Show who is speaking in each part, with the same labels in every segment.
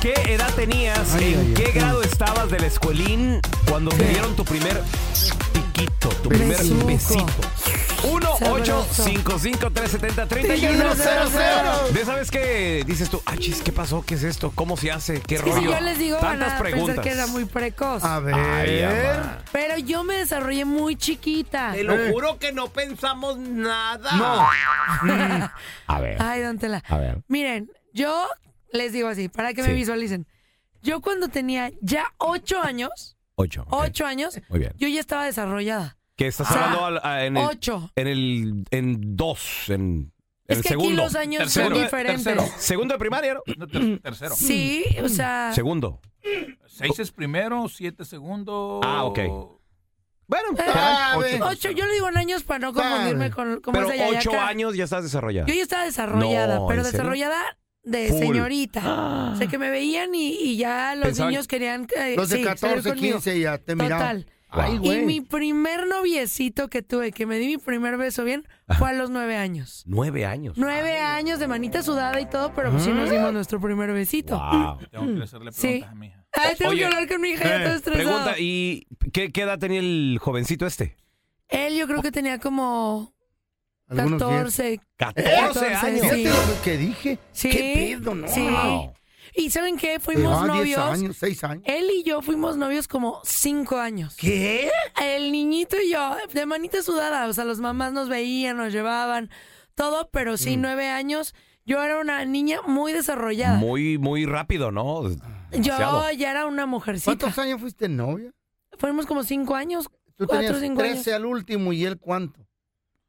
Speaker 1: ¿Qué edad tenías?
Speaker 2: Ay,
Speaker 1: ¿En
Speaker 2: ay,
Speaker 1: qué
Speaker 2: ay.
Speaker 1: grado estabas del escuelín cuando te dieron tu primer piquito, tu primer
Speaker 2: Besuco.
Speaker 1: besito? 1 8
Speaker 2: Sabroso.
Speaker 1: 5 3 70 31
Speaker 2: 3100.
Speaker 1: De sabes que dices tú, ah, chis, ¿qué pasó? ¿Qué es esto? ¿Cómo se hace? ¿Qué
Speaker 2: Es que
Speaker 1: rollo?
Speaker 2: si yo les digo, van
Speaker 1: Tantas
Speaker 2: a
Speaker 1: preguntas.
Speaker 2: pensar
Speaker 1: Ah.
Speaker 2: que era muy precoz.
Speaker 3: A ver.
Speaker 1: Ay, ama.
Speaker 2: Pero yo me desarrollé muy chiquita.
Speaker 4: Te lo juro que no pensamos nada.
Speaker 5: A ver,
Speaker 2: Ay, dántela.
Speaker 5: a ver.
Speaker 2: Miren, yo les digo así, para que
Speaker 5: Sí.
Speaker 2: me visualicen. Yo cuando tenía ya ocho años,
Speaker 5: Ocho. ok.
Speaker 2: ocho años,
Speaker 5: Muy bien.
Speaker 2: yo ya estaba desarrollada.
Speaker 1: Que estás
Speaker 2: O sea,
Speaker 1: hablando al- a- en el.
Speaker 2: Ocho.
Speaker 1: En el. En dos. En, en
Speaker 2: Es
Speaker 1: el
Speaker 2: que aquí
Speaker 1: segundo.
Speaker 2: los años
Speaker 1: Tercero.
Speaker 2: son diferentes.
Speaker 1: Tercero. Segundo de primaria, ¿no?
Speaker 6: tercero.
Speaker 2: Sí, o sea,
Speaker 1: Segundo.
Speaker 6: Seis es primero, siete segundo.
Speaker 1: Ah, ok. Bueno,
Speaker 2: Eh,
Speaker 1: caray, ocho.
Speaker 2: ocho, yo le digo en años para no confundirme con como
Speaker 1: Pero
Speaker 2: esa yayaca.
Speaker 1: ocho años ya estás desarrollada.
Speaker 2: Yo ya estaba desarrollada,
Speaker 1: No,
Speaker 2: pero
Speaker 1: ¿en serio?
Speaker 2: desarrollada de
Speaker 1: Full.
Speaker 2: señorita.
Speaker 1: Ah.
Speaker 2: O sea, que me veían y, y ya los
Speaker 1: Pensaban-
Speaker 2: niños querían... que
Speaker 3: Los de 14, 15 ya te miraban.
Speaker 2: Total.
Speaker 3: Ay,
Speaker 2: Y
Speaker 3: güey.
Speaker 2: mi primer noviecito que tuve, que me di mi primer beso bien,
Speaker 1: Ah.
Speaker 2: fue a los nueve años.
Speaker 1: Nueve años.
Speaker 2: Nueve años de manita sudada y todo, pero pues sí
Speaker 1: Ah.
Speaker 2: nos dimos nuestro primer besito.
Speaker 1: Wow.
Speaker 6: Tengo que hacerle preguntas
Speaker 2: Sí.
Speaker 6: a mi hija.
Speaker 2: Ay, tengo
Speaker 1: Oye, eh,
Speaker 2: que hablar con mi hija, ya estoy estresada.
Speaker 1: Pregunta, ¿y qué, qué edad tenía el jovencito este?
Speaker 2: Él yo creo que tenía como
Speaker 3: Algunos diez.
Speaker 2: 14.
Speaker 1: 14
Speaker 2: 14,
Speaker 1: años.
Speaker 2: sí.
Speaker 3: Fíjate lo que dije.
Speaker 2: Sí.
Speaker 3: ¿Qué pedo, no?
Speaker 2: Sí.
Speaker 3: Wow.
Speaker 2: Y ¿saben qué? Fuimos
Speaker 3: Ah, 10
Speaker 2: novios. Eh,
Speaker 3: años, 6 años.
Speaker 2: Él y yo fuimos novios como cinco años.
Speaker 3: ¿Qué?
Speaker 2: El niñito y yo, de manita sudada, o sea, los mamás nos veían, nos llevaban, todo, pero sí,
Speaker 3: Mm.
Speaker 2: nueve años. Yo era una niña muy desarrollada.
Speaker 1: Muy, muy rápido, ¿no?
Speaker 2: yo
Speaker 1: Demasiado.
Speaker 2: ya era una mujercita.
Speaker 3: ¿Cuántos años fuiste novia?
Speaker 2: Fuimos como cinco años.
Speaker 3: Tú
Speaker 2: Cuatro,
Speaker 3: tenías
Speaker 2: cinco
Speaker 3: 13 al último y él cuánto?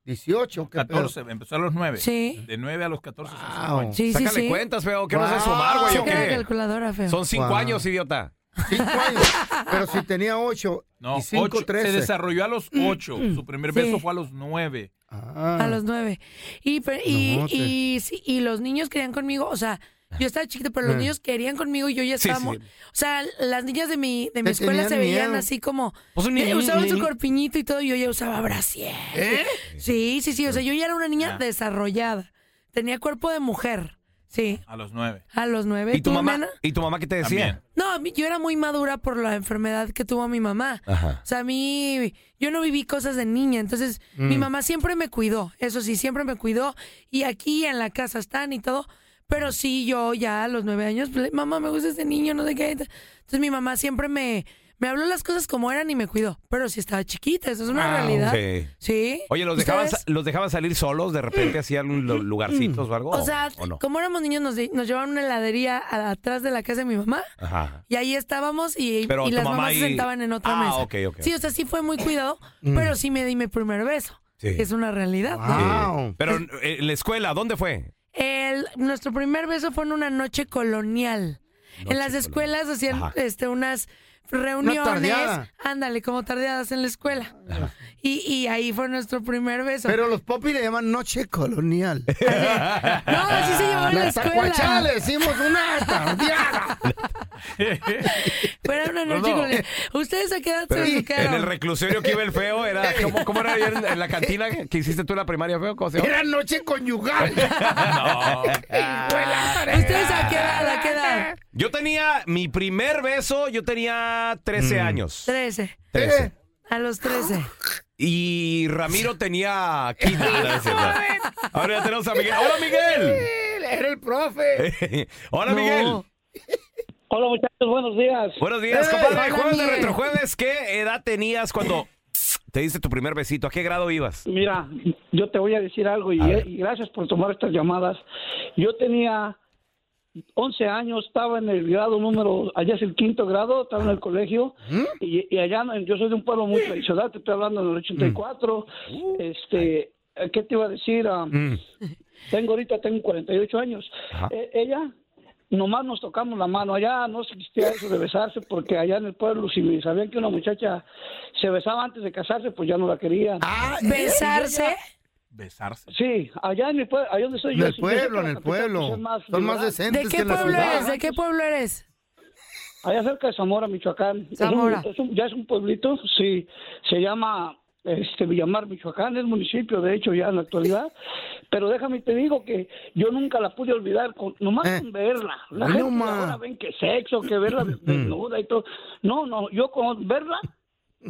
Speaker 3: 18, ¿qué pedo?
Speaker 6: 14, empezó a los nueve.
Speaker 2: Sí.
Speaker 6: De nueve a los 14. son cinco
Speaker 3: Wow.
Speaker 6: años.
Speaker 2: Sí, sí,
Speaker 1: Sácale
Speaker 2: sí.
Speaker 1: cuentas, feo. ¿Qué no sé
Speaker 3: Wow.
Speaker 1: sumar, güey? o
Speaker 2: Saca la
Speaker 1: qué?
Speaker 2: calculadora, feo.
Speaker 1: Son cinco
Speaker 3: Wow.
Speaker 1: años, idiota.
Speaker 3: Cinco años. Pero si tenía 8
Speaker 6: No,
Speaker 3: y 5,
Speaker 6: ocho. Se
Speaker 3: 13.
Speaker 6: desarrolló a los ocho. Su primer
Speaker 2: Sí.
Speaker 6: beso fue a los nueve.
Speaker 3: Ah.
Speaker 2: A los nueve. Y, pe- y,
Speaker 3: No, te-
Speaker 2: y, sí, y los niños querían conmigo, o sea, yo estaba chiquita, pero los
Speaker 3: Eh.
Speaker 2: niños querían conmigo y yo ya
Speaker 1: Sí,
Speaker 2: estaba...
Speaker 1: sí.
Speaker 2: mu- O sea, las niñas de mi, de mi
Speaker 3: Te
Speaker 2: escuela
Speaker 3: tenían
Speaker 2: se veían
Speaker 3: miedo.
Speaker 2: así como...
Speaker 1: Pues un
Speaker 2: eh,
Speaker 1: niño-
Speaker 2: usaban su
Speaker 1: niño-
Speaker 2: corpiñito y todo, y yo ya usaba brasier.
Speaker 3: ¿Eh? Pues, ah.
Speaker 2: Sí, sí, sí, o sea, yo ya era una niña desarrollada. Tenía cuerpo de mujer, sí.
Speaker 6: A los nueve.
Speaker 2: A los nueve.
Speaker 1: ¿Y tu
Speaker 2: ¿Tú,
Speaker 1: mamá?
Speaker 2: nena?
Speaker 1: ¿Y tu mamá qué te decía?
Speaker 6: También.
Speaker 2: No, a mí- yo era muy madura por la enfermedad que tuvo mi mamá.
Speaker 1: Ajá.
Speaker 2: O sea, a mí, yo no viví cosas de niña, entonces mi
Speaker 1: Mm.
Speaker 2: mamá siempre me cuidó, eso sí, siempre me cuidó. Y aquí en la casa están y todo.
Speaker 1: Mm.
Speaker 2: Pero sí, yo ya a los nueve años, pues, mamá, me gusta este niño, no sé qué. Entonces mi mamá siempre me, Me habló las cosas como eran y me cuidó. Pero si estaba chiquita, eso es una
Speaker 1: Ah,
Speaker 2: realidad.
Speaker 1: ok.
Speaker 2: Sí.
Speaker 1: Oye, ¿los
Speaker 2: ¿Ustedes? Mm.
Speaker 1: dejaban, sa- ¿los dejaban salir solos de repente hacían lugarcitos o algo?
Speaker 2: O sea,
Speaker 1: ¿o no?
Speaker 2: como éramos niños, nos, di- nos llevaban a una heladería a- atrás de la casa de mi mamá.
Speaker 1: Ajá.
Speaker 2: Y ahí estábamos y,
Speaker 1: Pero
Speaker 2: y
Speaker 1: tu
Speaker 2: las
Speaker 1: mamá
Speaker 2: mamás se
Speaker 1: ahí-
Speaker 2: sentaban en otra
Speaker 1: Ah,
Speaker 2: mesa.
Speaker 1: ok, ok.
Speaker 2: Sí, o sea, sí fue muy cuidado,
Speaker 1: Mm.
Speaker 2: pero sí me di mi primer beso.
Speaker 1: Sí.
Speaker 2: Es una realidad. ¿no?
Speaker 1: Sí. Pero eh, la escuela, ¿dónde fue?
Speaker 2: El- nuestro primer beso fue en una noche colonial. en las escuelas hacían
Speaker 1: Ajá.
Speaker 2: este, unas reuniones.
Speaker 3: tardeada.
Speaker 2: ándale, como tardeadas en la escuela. Y, y ahí fue nuestro primer beso.
Speaker 3: Pero los popis le llaman noche colonial. no,
Speaker 2: así se llamaba la escuela.
Speaker 3: le decimos una tardeada.
Speaker 2: Fue una noche
Speaker 1: Perdón.
Speaker 2: colonial. ¿Ustedes a qué edad
Speaker 1: Pues
Speaker 2: se
Speaker 1: Pero en el
Speaker 2: besuquearon?
Speaker 1: reclusorio que iba el feo, era ¿cómo, cómo era ayer en, en la cantina que hiciste tú en la primaria, feo? ¿Cómo se llama?
Speaker 3: Era noche conyugal.
Speaker 2: ¿Ustedes a qué edad? ¿A qué edad?
Speaker 1: Yo tenía mi primer beso, yo tenía 13 años.
Speaker 2: Trece. Eh.
Speaker 1: 13.
Speaker 2: A los 13.
Speaker 1: Y Ramiro tenía 15. No, no es cierto. Ahora ya tenemos a Miguel. ¡Hola, Miguel!
Speaker 3: Era el profe.
Speaker 1: ¡Hola,
Speaker 2: No.
Speaker 1: Miguel!
Speaker 7: Hola muchachos, buenos días.
Speaker 1: Buenos días,
Speaker 3: Hey,
Speaker 1: compadre.
Speaker 2: Eh, hola,
Speaker 1: Jueves de
Speaker 2: Miguel.
Speaker 1: Retrojueves, ¿qué edad tenías cuando te diste tu primer besito? ¿A qué grado ibas?
Speaker 7: Mira, yo te voy a decir algo y, eh,
Speaker 1: A ver.
Speaker 7: y gracias por tomar estas llamadas. Yo tenía 11 años, estaba en el grado número, allá es el quinto grado, estaba
Speaker 1: Ah.
Speaker 7: en el colegio
Speaker 1: ¿Mm?
Speaker 7: y, y allá, no- yo soy de un pueblo
Speaker 1: ¿Eh?
Speaker 7: muy tradicional, te estoy hablando en el 84.
Speaker 1: Mm.
Speaker 7: Este,
Speaker 1: Uh.
Speaker 7: ¿qué te iba a decir? Ah, Tengo ahorita, tengo 48 años. E- ella, nomás nos tocamos la mano. Allá no existía eso de besarse, porque allá en el pueblo, si sabían que una muchacha se besaba antes de casarse, pues ya no la querían.
Speaker 1: Ah, ¿eh?
Speaker 2: ¿Besarse?
Speaker 8: Besarse.
Speaker 7: Sí, allá en mi pueblo, allá donde soy
Speaker 3: En
Speaker 7: yo.
Speaker 3: el
Speaker 7: sí, yo sé que
Speaker 3: pueblo,
Speaker 7: la
Speaker 3: en el
Speaker 7: capital, pues,
Speaker 3: pueblo.
Speaker 7: es
Speaker 3: Son más
Speaker 7: liberal.
Speaker 3: decentes
Speaker 2: ¿De
Speaker 3: que
Speaker 2: qué
Speaker 3: en la
Speaker 2: pueblo
Speaker 3: ciudad.
Speaker 2: eres? ¿De qué pueblo eres?
Speaker 7: Allá cerca de Zamora, Michoacán. Es un-
Speaker 2: Zamora.
Speaker 7: es un- ya es un pueblito, sí. Se llama este Villamar, Michoacán, es municipio, de hecho, ya en la actualidad. Pero déjame te digo que yo nunca la pude olvidar, con, nomás
Speaker 3: Eh.
Speaker 7: con verla. La
Speaker 3: Ay, no
Speaker 7: gente
Speaker 3: más.
Speaker 7: ahora ven que sexo, que verla desnuda y todo. No, no, yo con verla...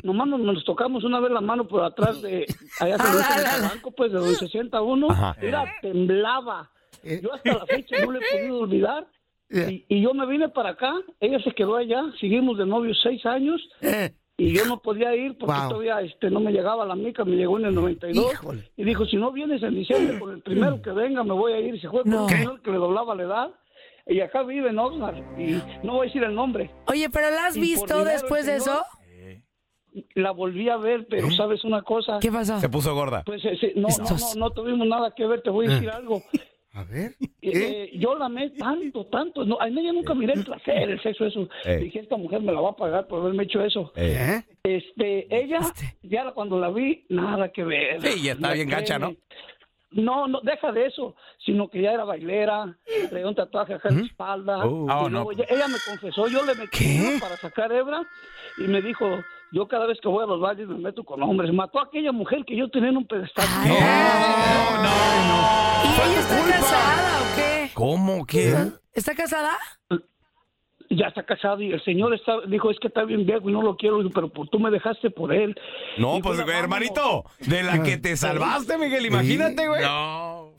Speaker 7: Nomás nos, nos tocamos una vez la mano por atrás de allá
Speaker 3: Ah,
Speaker 7: se lo dicen en el banco, pues de donde se sienta uno,
Speaker 1: Ajá.
Speaker 7: mira, temblaba.
Speaker 3: Eh.
Speaker 7: Yo hasta la fecha no le he podido olvidar y, y yo me vine para acá, ella se quedó allá, seguimos de novios seis años
Speaker 3: Eh,
Speaker 7: y yo no podía ir porque
Speaker 3: Wow.
Speaker 7: todavía este, no me llegaba la mica, me llegó en el 92
Speaker 3: Híjole.
Speaker 7: y dijo, si no vienes en diciembre con el primero que venga me voy a ir. Y se fue con
Speaker 2: No.
Speaker 7: un señor que le doblaba la edad y acá vive en Oxnard y no voy a decir el nombre.
Speaker 2: Oye, ¿pero la has
Speaker 7: Y por
Speaker 2: visto
Speaker 7: dinero,
Speaker 2: después de
Speaker 7: señor.
Speaker 2: eso?
Speaker 7: La volví a ver,
Speaker 3: ¿Eh?
Speaker 7: pero sabes una cosa,
Speaker 2: ¿Qué pasó?
Speaker 1: Se puso gorda.
Speaker 7: pues eh, sí, no, no,
Speaker 2: Estos.
Speaker 7: no, no tuvimos nada que ver, te voy a decir algo.
Speaker 3: Eh. A ver. ¿Qué?
Speaker 7: Eh, yo la amé tanto, tanto. No, en ella nunca miré el placer, el sexo, eso.
Speaker 1: Ey.
Speaker 7: Dije, esta mujer me la va a pagar por haberme hecho eso.
Speaker 1: Eh,
Speaker 3: ¿Eh?
Speaker 7: Este, ella, ya cuando la vi, nada que ver.
Speaker 1: Sí, ya está
Speaker 7: No,
Speaker 1: bien gacha, ¿no?
Speaker 7: No, no, deja de eso, sino que ya era bailera, le dio un tatuaje acá en
Speaker 3: ¿Mm?
Speaker 7: la espalda.
Speaker 3: Oh.
Speaker 1: Uh.
Speaker 7: Y
Speaker 8: Ah, no,
Speaker 7: luego
Speaker 8: pues.
Speaker 7: ya- ella me confesó, yo le metí una para sacar hebra y me dijo, yo cada vez que voy a los bailes me meto con hombres. Mató a aquella mujer que yo tenía en un pedestal.
Speaker 2: ¿Y ella está casada o qué?
Speaker 1: ¿Cómo? ¿Qué?
Speaker 2: ¿Está casada?
Speaker 7: ya está casado y el señor está, dijo, es que está bien viejo y no lo quiero, Digo, pero por- tú me dejaste por él.
Speaker 1: No,
Speaker 7: Y
Speaker 1: pues,
Speaker 7: pues, vámonos.
Speaker 1: hermanito, de la que
Speaker 2: Ah,
Speaker 1: te salvaste, Miguel, imagínate, güey.
Speaker 8: No.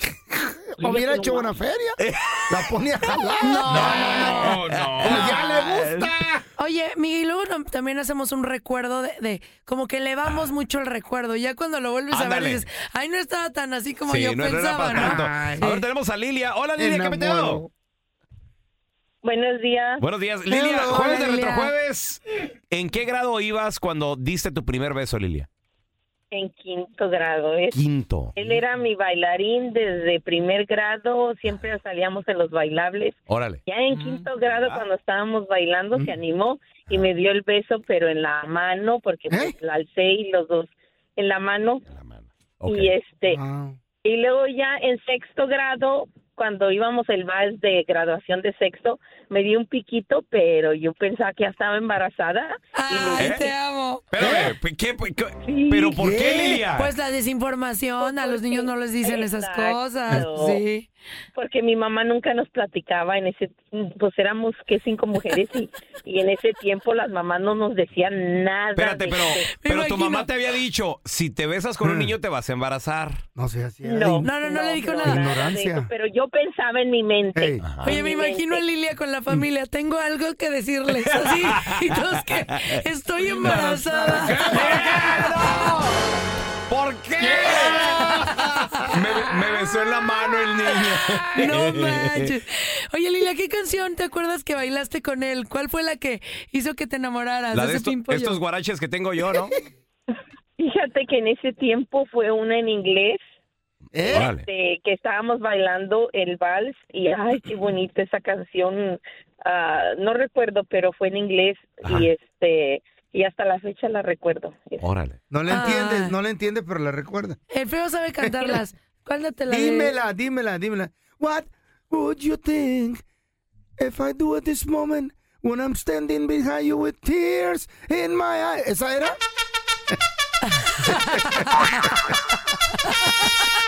Speaker 3: Hubiera hecho buena feria. La ponía a jalar.
Speaker 8: No, no.
Speaker 3: Como ya le gusta.
Speaker 2: Oye, Miguel, y luego no- también hacemos un recuerdo de, de- como que elevamos mucho el recuerdo. Ya cuando lo vuelves a ver
Speaker 1: Ah. Ándale.
Speaker 2: dices, ay, no estaba tan así como
Speaker 1: Sí,
Speaker 2: yo
Speaker 1: no era
Speaker 2: pensaba,
Speaker 1: para tanto.
Speaker 2: ¿no?
Speaker 1: A ver, tenemos a Lilia. Hola, Lilia, ¿qué
Speaker 3: Enamorado.
Speaker 1: meteo?
Speaker 6: Buenos días.
Speaker 1: Buenos días, Lilia.
Speaker 2: Hello,
Speaker 1: jueves de
Speaker 2: Lilia.
Speaker 1: retrojueves. ¿En qué grado ibas cuando diste tu primer beso, Lilia?
Speaker 6: En quinto grado. Es-
Speaker 1: Quinto.
Speaker 6: Él era mi bailarín desde primer grado, siempre salíamos en los bailables.
Speaker 1: Órale.
Speaker 6: Ya
Speaker 7: Mm.
Speaker 6: en quinto grado,
Speaker 7: Ah.
Speaker 6: cuando estábamos bailando, se animó y me dio el beso, pero en la mano, porque
Speaker 8: ¿Eh?
Speaker 6: pues, la alcé y los dos en la mano.
Speaker 1: En la mano. Ok.
Speaker 6: Y este,
Speaker 8: Ah.
Speaker 3: Wow.
Speaker 6: y luego ya en sexto grado, cuando íbamos el vals de graduación de sexto, me dio un piquito, pero yo pensaba que ya estaba embarazada.
Speaker 2: Ay,
Speaker 1: ¿Eh?
Speaker 2: te amo.
Speaker 1: Espérame, ¿qué- qué- ¿Pero por qué, Lilia?
Speaker 2: Pues la desinformación, a los niños no les dicen esas
Speaker 6: Exacto.
Speaker 2: cosas. Sí.
Speaker 6: porque mi mamá nunca nos platicaba en ese pues éramos que cinco mujeres y, y en ese tiempo las mamás no nos decían nada
Speaker 1: Espérate,
Speaker 6: de-
Speaker 1: pero,
Speaker 6: de-
Speaker 1: pero tu
Speaker 2: imagino.
Speaker 1: mamá te había dicho, si te besas con un niño te vas a embarazar.
Speaker 3: No sé, así era.
Speaker 6: no,
Speaker 2: No, no, no le dijo
Speaker 6: no,
Speaker 2: nada.
Speaker 6: de eso,
Speaker 3: Ignorancia.
Speaker 6: pero yo
Speaker 9: pensaba en mi mente.
Speaker 2: Oye, me imagino a Lilia con la familia. Tengo algo que decirles. Así. Y todos que estoy embarazada.
Speaker 1: ¿Por qué? Me, me besó en la mano el niño.
Speaker 2: No manches. Oye, Lilia, ¿qué canción te acuerdas que bailaste con él? ¿Cuál fue la que hizo que te enamoraras
Speaker 1: La
Speaker 2: de
Speaker 1: de
Speaker 2: ese
Speaker 1: esto-
Speaker 2: pimpollo?
Speaker 1: estos guaraches que tengo yo, ¿no?
Speaker 9: Fíjate que en ese tiempo fue una en inglés.
Speaker 1: ¿Eh? Órale.
Speaker 9: este, que estábamos bailando el vals y ay qué bonita esa canción ah, no recuerdo pero fue en inglés y este y hasta la fecha la recuerdo
Speaker 1: Órale.
Speaker 3: No le entiendes, no le entiendes, pero le recuerda.
Speaker 2: El feo sabe cantarlas. Cántatela. de-
Speaker 3: Dímela, dímela, dímela. What would you think if I do at this moment when I'm standing behind you with tears in my eyes? ¿Esa era?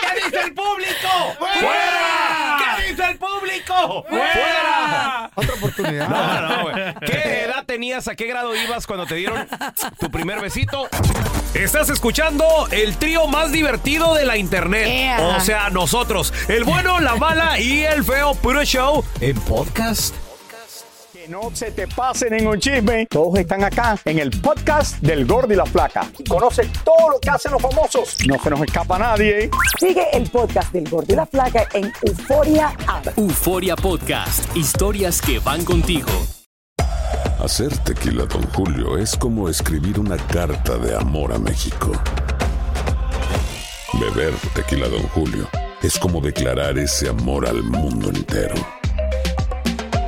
Speaker 6: ¿Qué dice el público? ¡Fuera! ¿Qué dice el público? ¡Fuera!
Speaker 1: No, no, güey. ¿Qué edad tenías? ¿A qué grado ibas cuando te dieron tu primer besito? Estás escuchando el trío más divertido de la internet.
Speaker 6: Ea.
Speaker 1: O sea, nosotros. El bueno, la mala y el feo puro show en podcast.
Speaker 10: Que no se te pase ningún chisme. Todos están acá en el podcast del Gordi y la Flaca. Conoce todo lo que hacen los famosos. No se nos escapa nadie. Sigue el podcast del Gordi y la Flaca en Euforia
Speaker 11: Euforia Podcast, historias que van contigo.
Speaker 12: Hacer tequila, Don Julio, es como escribir una carta de amor a México. Beber tequila, Don Julio, es como declarar ese amor al mundo entero.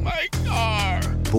Speaker 6: My car.
Speaker 13: but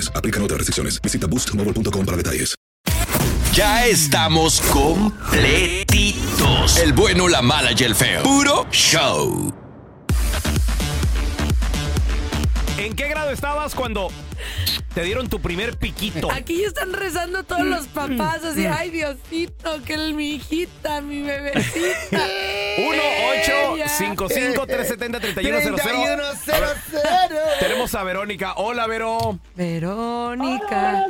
Speaker 14: Aplican otras restricciones. Visita boostmobile.com para detalles.
Speaker 15: Ya estamos completitos. El bueno, la mala y el feo. Puro show.
Speaker 1: ¿En qué grado estabas cuando te dieron tu primer piquito?
Speaker 2: Aquí ya están rezando todos los papás así, ay Diosito, que el mi hijita, mi bebecita.
Speaker 1: 1-855-370-3100. Tenemos a Verónica. Hola, Vero.
Speaker 2: Verónica.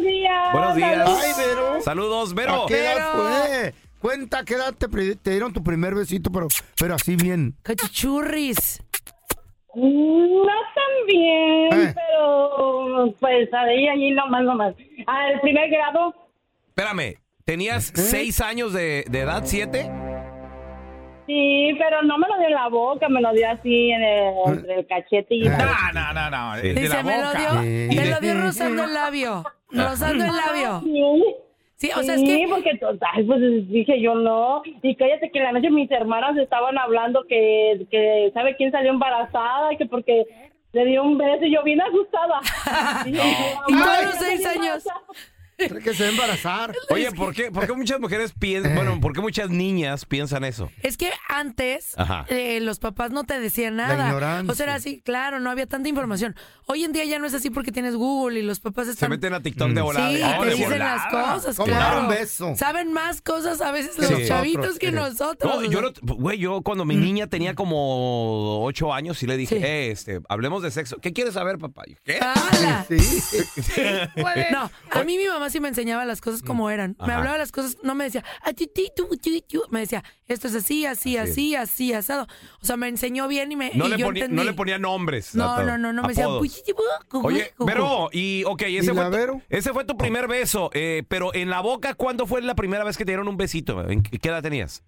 Speaker 1: Buenos días.
Speaker 3: Ay, Vero.
Speaker 1: Saludos, Vero.
Speaker 3: ¿A qué edad fue? Cuenta qué edad te, pri- te dieron tu primer besito, pero, pero así bien.
Speaker 2: Cachichurris.
Speaker 7: No tan bien,
Speaker 1: Eh.
Speaker 7: pero pues ahí, ahí nomás, nomás. Al primer grado,
Speaker 1: Espérame, ¿tenías seis años de, de edad? ¿Siete?
Speaker 7: sí, pero no me lo dio en la boca, me lo dio así en el, entre el cachete y...
Speaker 6: No, no, no, no.
Speaker 1: Sí.
Speaker 6: De la
Speaker 2: Dice, me lo
Speaker 6: boca.
Speaker 2: dio,
Speaker 6: Sí.
Speaker 2: me lo dio rozando el labio. Rozando el labio. Sí, o sea, es
Speaker 7: Sí,
Speaker 2: que-
Speaker 7: porque total, pues dije yo no. Y cállate que en la noche mis hermanas estaban hablando que, que sabe quién salió embarazada, que porque le dio un beso y yo bien asustada. Y yo,
Speaker 2: Y
Speaker 7: "Mamá,
Speaker 2: todos
Speaker 7: ya
Speaker 2: los seis
Speaker 7: salí
Speaker 2: años.
Speaker 3: Que se va a embarazar.
Speaker 1: Oye, ¿por qué, por qué muchas mujeres piensan,
Speaker 2: Eh.
Speaker 1: bueno, por qué muchas niñas piensan eso?
Speaker 2: Es que antes
Speaker 1: Ajá.
Speaker 2: eh, los papás no te decían
Speaker 1: La
Speaker 2: nada.
Speaker 1: ignorancia.
Speaker 2: o sea, era así, claro, no había tanta información. Hoy en día ya no es así porque tienes Google y los papás
Speaker 1: Se
Speaker 2: están...
Speaker 1: meten a TikTok de volada.
Speaker 2: Mm. Sí,
Speaker 1: Oh,
Speaker 2: te
Speaker 1: de
Speaker 2: dicen
Speaker 1: volada.
Speaker 2: las cosas,
Speaker 1: ¿Cómo
Speaker 2: claro.
Speaker 1: dar un beso? eh.
Speaker 2: Saben más cosas a veces los
Speaker 1: Sí.
Speaker 2: chavitos que nosotros.
Speaker 1: No, yo no- güey, yo cuando
Speaker 2: Mm.
Speaker 1: mi niña tenía como ocho años sí le dije, "Eh, este,
Speaker 2: Eh,
Speaker 1: hablemos de sexo. ¿Qué quieres saber, papá? Yo, ¿Qué?
Speaker 2: No, a mí mi mamá más y me enseñaba las cosas como
Speaker 1: Mm.
Speaker 2: eran. Me
Speaker 6: Ajá.
Speaker 2: hablaba las cosas, no me decía, "Ah, ti, ti, tu, ti, tu". me decía, esto es así, así,
Speaker 1: Así
Speaker 2: así, así, asado. O sea, me enseñó bien y me
Speaker 1: No
Speaker 2: y
Speaker 1: le,
Speaker 2: yo
Speaker 1: ponía, no
Speaker 2: entendí.
Speaker 1: le ponía nombres. a
Speaker 2: no,
Speaker 1: todo.
Speaker 2: no, no, no, me decía,
Speaker 1: Apodos.
Speaker 2: "Puyichibu,
Speaker 1: Oye,
Speaker 2: cucu".
Speaker 1: pero, y, ok, ese, fue tu, ese fue tu primer beso, eh, pero en la boca, ¿cuándo fue la primera vez que te dieron un besito? ¿En qué qué edad tenías?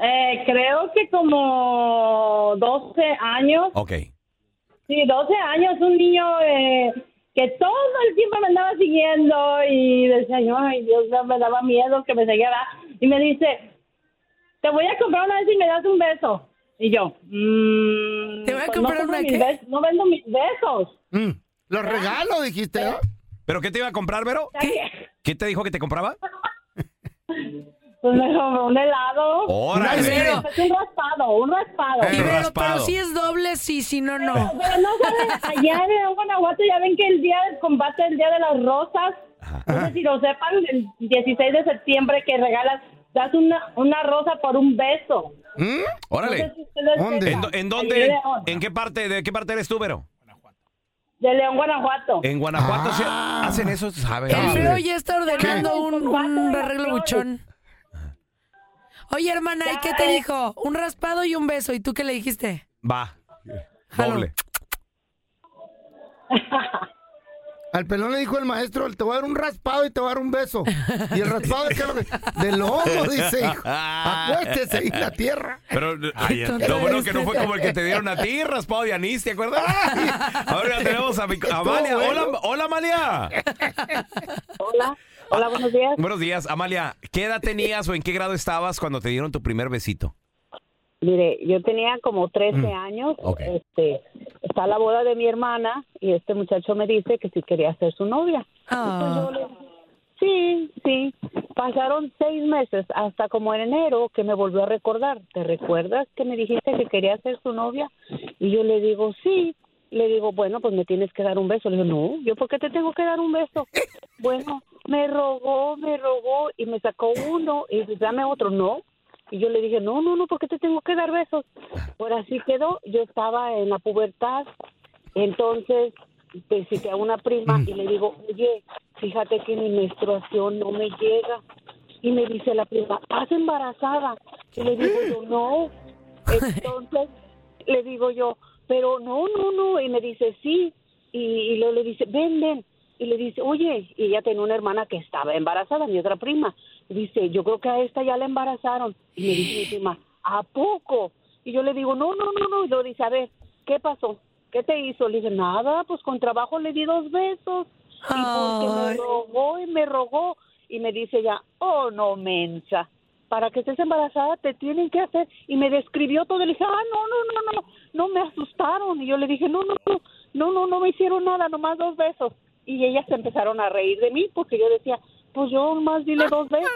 Speaker 7: Eh, creo que como 12 años.
Speaker 1: Ok.
Speaker 7: Sí, 12 años, un niño eh, que todo el tiempo me andaba siguiendo y decía, yo, ay Dios, no, me daba miedo que me siguiera. Y me dice, te voy a comprar una vez y me das un beso. Y yo, mm,
Speaker 2: ¿Te voy a
Speaker 7: pues
Speaker 2: comprar
Speaker 7: no compro
Speaker 2: una
Speaker 7: mis
Speaker 2: qué?
Speaker 7: bes- No vendo mis besos.
Speaker 3: Mm. Los regalo, dijiste. ¿no?
Speaker 1: ¿Pero qué te iba a comprar, Vero? ¿Qué te dijo que te compraba?
Speaker 7: Pues me compró un helado.
Speaker 1: Órale. Pero-
Speaker 7: Es un raspado, un raspado.
Speaker 1: Eh, Pero- raspado. pero si
Speaker 2: es doble, sí, si no, no.
Speaker 7: Pero, pero no, ¿sabes? Allá en León, Guanajuato ya ven que el día del combate, el día de las rosas, no sé si lo sepan, el 16 de septiembre que regalas, das una, una rosa por un beso.
Speaker 1: Órale.
Speaker 7: No sé si ustedes sepan.
Speaker 1: ¿En, do- en
Speaker 7: Allí
Speaker 1: dónde?
Speaker 7: de León.
Speaker 1: ¿En qué parte? ¿De qué parte eres tú, Vero?
Speaker 7: De León, Guanajuato.
Speaker 1: En Guanajuato se hacen eso, ¿sabes?
Speaker 2: El Ah. feo ya está ordenando un, un arreglo buchón. Oye, hermana, ¿y qué te dijo? Un raspado y un beso. ¿Y tú qué le dijiste?
Speaker 1: Va. Doble.
Speaker 3: Al pelón le dijo el maestro, te voy a dar un raspado y te voy a dar un beso. Y el raspado, ¿qué es lo que? Del lomo, dice, hijo. Acuéstese ahí en la tierra.
Speaker 1: Pero ay,
Speaker 3: tonto
Speaker 1: lo bueno
Speaker 3: eres,
Speaker 1: que no fue
Speaker 3: neta.
Speaker 1: como el que te dieron a ti, raspado de anís, ¿te acuerdas? Ahora ya tenemos a, mi- a Amalia.
Speaker 6: bueno.
Speaker 1: Hola, hola, Amalia.
Speaker 7: Hola, buenos días.
Speaker 1: Buenos días, Amalia. ¿Qué edad tenías o en qué grado estabas cuando te dieron tu primer besito?
Speaker 7: Mire, yo tenía como 13 años. Este, está la boda de mi hermana y este muchacho me dice que si quería ser su novia. Entonces yo le- sí, sí. Pasaron seis meses, hasta como en enero, que me volvió a recordar. ¿Te recuerdas que me dijiste que quería ser su novia? Y yo le digo, sí. Le digo, bueno, pues me tienes que dar un beso. Le digo, no, ¿yo por qué te tengo que dar un beso? Bueno, me rogó, me rogó y me sacó uno y dice, dame otro. No, y yo le dije, no, no, no, ¿por qué te tengo que dar besos? Por así quedó. Yo estaba en la pubertad, entonces visité a una prima y le digo, oye, fíjate que mi menstruación no me llega. Y me dice la prima, ¿estás embarazada? Y le digo yo, no. Entonces le digo yo, pero no, no, no. Y me dice, sí. Y, y luego le dice, ven, ven. Y le dice, oye, y ella tenía una hermana que estaba embarazada, mi otra prima. Y dice, yo creo que a esta ya la embarazaron. Y me dice mi prima, ¿a poco? Y yo le digo, no, no, no, no. Y luego dice, a ver, ¿qué pasó? ¿Qué te hizo? Le dice, nada, pues con trabajo le di dos besos. Y porque me
Speaker 2: Ay.
Speaker 7: rogó y me rogó. Y me dice ya, oh, no, mensa. Para que estés embarazada te tienen que hacer. Y me describió todo. Le dije, ah, no, no, no, no. No me asustaron. Y yo le dije, no, no, no. No, no, no me hicieron nada, nomás dos besos. Y ellas se empezaron a reír de mí porque yo decía, pues yo más dile dos besos.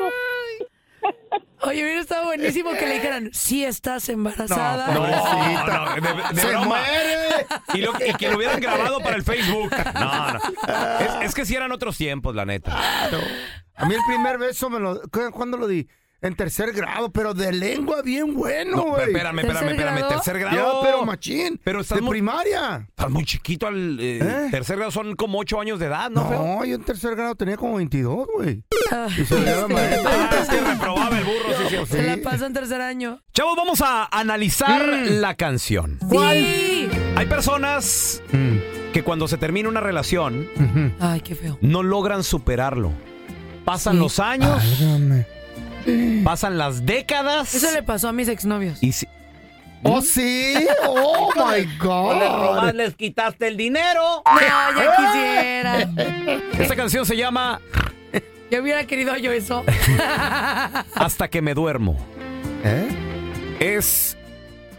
Speaker 2: Oye, hubiera estado buenísimo que le dijeran, sí estás embarazada.
Speaker 1: no, de, de broma. Y, lo- y que lo hubieran grabado para el Facebook. No, no. Es, es que si eran otros tiempos, la
Speaker 3: Ah,
Speaker 1: neta.
Speaker 3: A mí el primer beso me lo. ¿cu- ¿Cuándo lo di? En tercer grado, pero de lengua bien bueno,
Speaker 1: No,
Speaker 3: güey.
Speaker 1: espérame, espérame, espérame. Tercer grado.
Speaker 3: Ya, pero machín.
Speaker 1: Pero estás
Speaker 3: de
Speaker 1: muy-
Speaker 3: primaria.
Speaker 1: Estás muy chiquito al eh, tercer grado, son como ocho años de edad, ¿no?
Speaker 3: No,
Speaker 1: feo?
Speaker 3: yo en tercer grado tenía como 22, güey. Y se veía
Speaker 1: Ah,
Speaker 3: maestra.
Speaker 1: es que reprobaba el burro, sí, cierto.
Speaker 2: Se la pasó en tercer año.
Speaker 1: Chavos, vamos a analizar la canción.
Speaker 2: Sí.
Speaker 1: Hay personas que cuando se termina una relación
Speaker 2: Ay, qué feo.
Speaker 1: no logran superarlo. Pasan los años, ¿Mm? pasan las décadas.
Speaker 2: Eso le pasó a mis exnovios.
Speaker 1: Y si-
Speaker 3: Oh, sí. Oh, my God.
Speaker 1: les quitaste el dinero.
Speaker 2: No, ya quisiera.
Speaker 1: Esta canción se llama
Speaker 2: Yo hubiera querido yo eso.
Speaker 1: Hasta que me duermo.
Speaker 3: ¿Eh?
Speaker 1: Es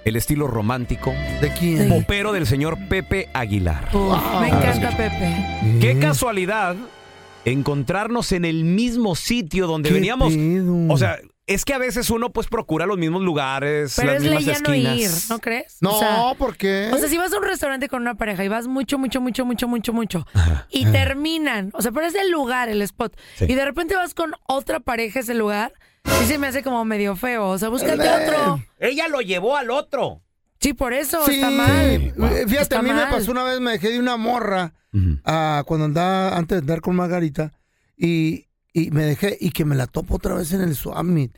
Speaker 1: el estilo romántico.
Speaker 3: ¿De quién?
Speaker 1: Popero del señor Pepe Aguilar.
Speaker 2: Uf, Me
Speaker 1: A ver,
Speaker 2: encanta Pepe.
Speaker 3: Mm.
Speaker 1: Qué casualidad encontrarnos en el mismo sitio donde
Speaker 3: ¿Qué
Speaker 1: veníamos.
Speaker 3: pedo?
Speaker 1: O sea, es que a veces uno pues procura los mismos lugares,
Speaker 2: Pero
Speaker 1: las
Speaker 2: es
Speaker 1: mismas
Speaker 2: ley ya no
Speaker 1: esquinas.
Speaker 2: ir, ¿no crees?
Speaker 3: No, ¿eh?
Speaker 2: O sea,
Speaker 3: ¿por qué?
Speaker 2: O sea, si vas a un restaurante con una pareja y vas mucho, mucho, mucho, mucho, mucho, mucho, y terminan, o sea, pero es el lugar, el spot, y de repente vas con otra pareja a ese lugar, sí se me hace como medio feo, o sea, búscate otro.
Speaker 1: Ella lo llevó al otro.
Speaker 2: Sí, por eso
Speaker 3: Sí,
Speaker 2: está mal.
Speaker 3: eh, Fíjate,
Speaker 2: Está
Speaker 3: a mí me
Speaker 2: mal.
Speaker 3: pasó una vez, me dejé de una morra ah, cuando andaba antes de andar con Margarita y, y me dejé y que me la topo otra vez en el Summit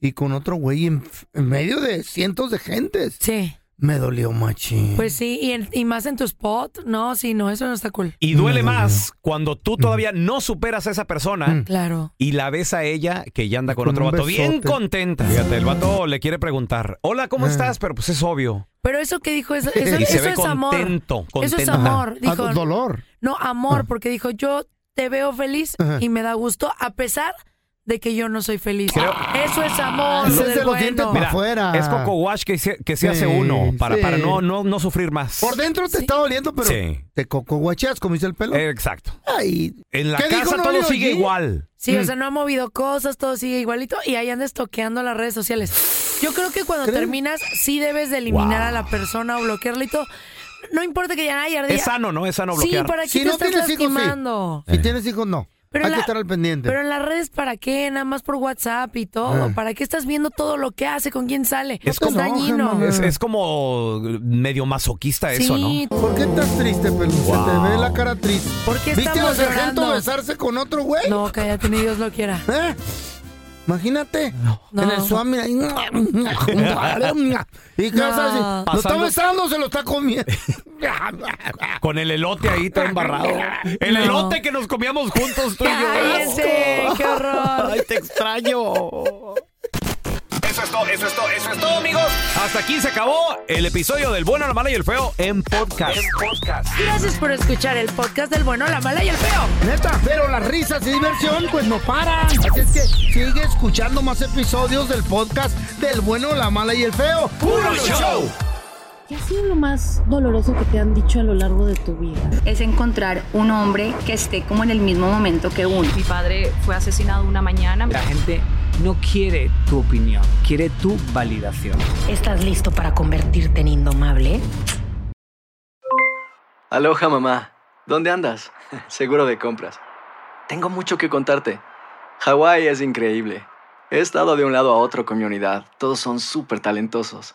Speaker 3: y con otro güey en, en medio de cientos de gentes.
Speaker 2: Sí.
Speaker 3: Me dolió machín.
Speaker 2: Pues sí, y, en- y más en tu spot. No, sí, no, eso no está cool.
Speaker 3: Mm.
Speaker 1: Y duele más cuando tú todavía no superas a esa persona
Speaker 2: Claro.
Speaker 1: y la ves a ella que ya anda
Speaker 3: Mm.
Speaker 1: con,
Speaker 3: Con
Speaker 1: otro
Speaker 3: un
Speaker 1: vato bien
Speaker 3: besote. Ah.
Speaker 1: contenta. Fíjate, el vato le quiere preguntar, hola, ¿cómo estás? Pero pues es obvio.
Speaker 2: Pero eso que dijo, eso, eso,
Speaker 1: y se
Speaker 2: eso
Speaker 1: ve
Speaker 2: es amor.
Speaker 1: contento,
Speaker 2: Eso es
Speaker 1: contenta.
Speaker 2: amor.
Speaker 1: Ajá.
Speaker 2: Dijo,
Speaker 1: Ah, dolor.
Speaker 2: No, amor, porque dijo, yo te veo feliz
Speaker 1: Ajá.
Speaker 2: y me da gusto a pesar de que yo no soy feliz.
Speaker 1: Creo- Ah,
Speaker 2: Eso es amor.
Speaker 1: Ese
Speaker 2: lo
Speaker 1: es
Speaker 2: del
Speaker 1: de los dientes
Speaker 2: bueno.
Speaker 1: para afuera. Es coco wash que se, que se hace uno para,
Speaker 3: sí.
Speaker 1: para no, no, no sufrir más.
Speaker 3: Por dentro te está doliendo, pero
Speaker 1: Sí.
Speaker 3: te cocoguacheas, como dice el pelo.
Speaker 1: Exacto.
Speaker 3: Ay.
Speaker 1: En la
Speaker 3: ¿Qué dijo
Speaker 1: casa
Speaker 3: Noli
Speaker 1: todo sigue
Speaker 3: Ollí?
Speaker 1: igual.
Speaker 2: Sí, o sea, no ha movido cosas, todo sigue igualito y ahí andas toqueando las redes sociales. Yo creo que cuando terminas sí debes de eliminar
Speaker 1: Wow.
Speaker 2: a la persona o bloquearla y todo. No importa que ya nadie ardía.
Speaker 1: Es sano, ¿no? Es sano
Speaker 2: Sí,
Speaker 1: bloquear.
Speaker 2: ¿para qué te estás lastimando?
Speaker 3: sí. Si tienes hijos, no.
Speaker 2: Pero
Speaker 3: Hay
Speaker 2: la-
Speaker 3: que estar al pendiente.
Speaker 2: Pero en las redes, ¿para qué? Nada más por WhatsApp y todo.
Speaker 3: Ah.
Speaker 2: ¿Para qué estás viendo todo lo que hace, con quién sale?
Speaker 1: Es como,
Speaker 2: dañino.
Speaker 1: es, es como medio masoquista eso,
Speaker 2: Sí,
Speaker 1: ¿no?
Speaker 3: ¿Por qué estás triste, Pelú? Se te
Speaker 1: Wow.
Speaker 3: ve la cara triste.
Speaker 2: ¿Por qué
Speaker 3: ¿Viste
Speaker 2: estamos
Speaker 3: al sargento
Speaker 2: llorando?
Speaker 3: besarse con otro güey?
Speaker 2: No, cállate, ni Dios lo quiera.
Speaker 3: ¿Eh? Imagínate. En el swami. ahí, ¿Y qué
Speaker 2: No.
Speaker 3: vas a decir? Lo está
Speaker 1: Pasando-
Speaker 3: besando, se lo está comiendo.
Speaker 1: Con el elote ahí todo embarrado. El
Speaker 3: No.
Speaker 1: elote que nos comíamos juntos tú y yo.
Speaker 2: Cállense,
Speaker 1: ¡Asco!
Speaker 2: qué horror.
Speaker 1: Ay, te extraño. Eso es todo, eso es todo, eso es todo, amigos. Hasta aquí se acabó el episodio del bueno, la mala y el feo en podcast.
Speaker 2: Gracias por escuchar el podcast del bueno, la mala y el feo.
Speaker 3: Neta, pero las risas y diversión pues no paran. Así es que sigue escuchando más episodios del podcast del bueno, la mala y el feo. ¡Puro show!
Speaker 16: ¿Qué ha sido lo más doloroso que te han dicho a lo largo de tu vida?
Speaker 17: es encontrar un hombre que esté como en el mismo momento que uno.
Speaker 16: Mi padre fue asesinado una mañana.
Speaker 18: La gente no quiere tu opinión, quiere tu validación.
Speaker 19: ¿Estás listo para convertirte en indomable?
Speaker 20: Aloha mamá, ¿dónde andas? Seguro de compras. Tengo mucho que contarte. Hawái es increíble. He estado de un lado a otro con mi unidad. Todos son súper talentosos.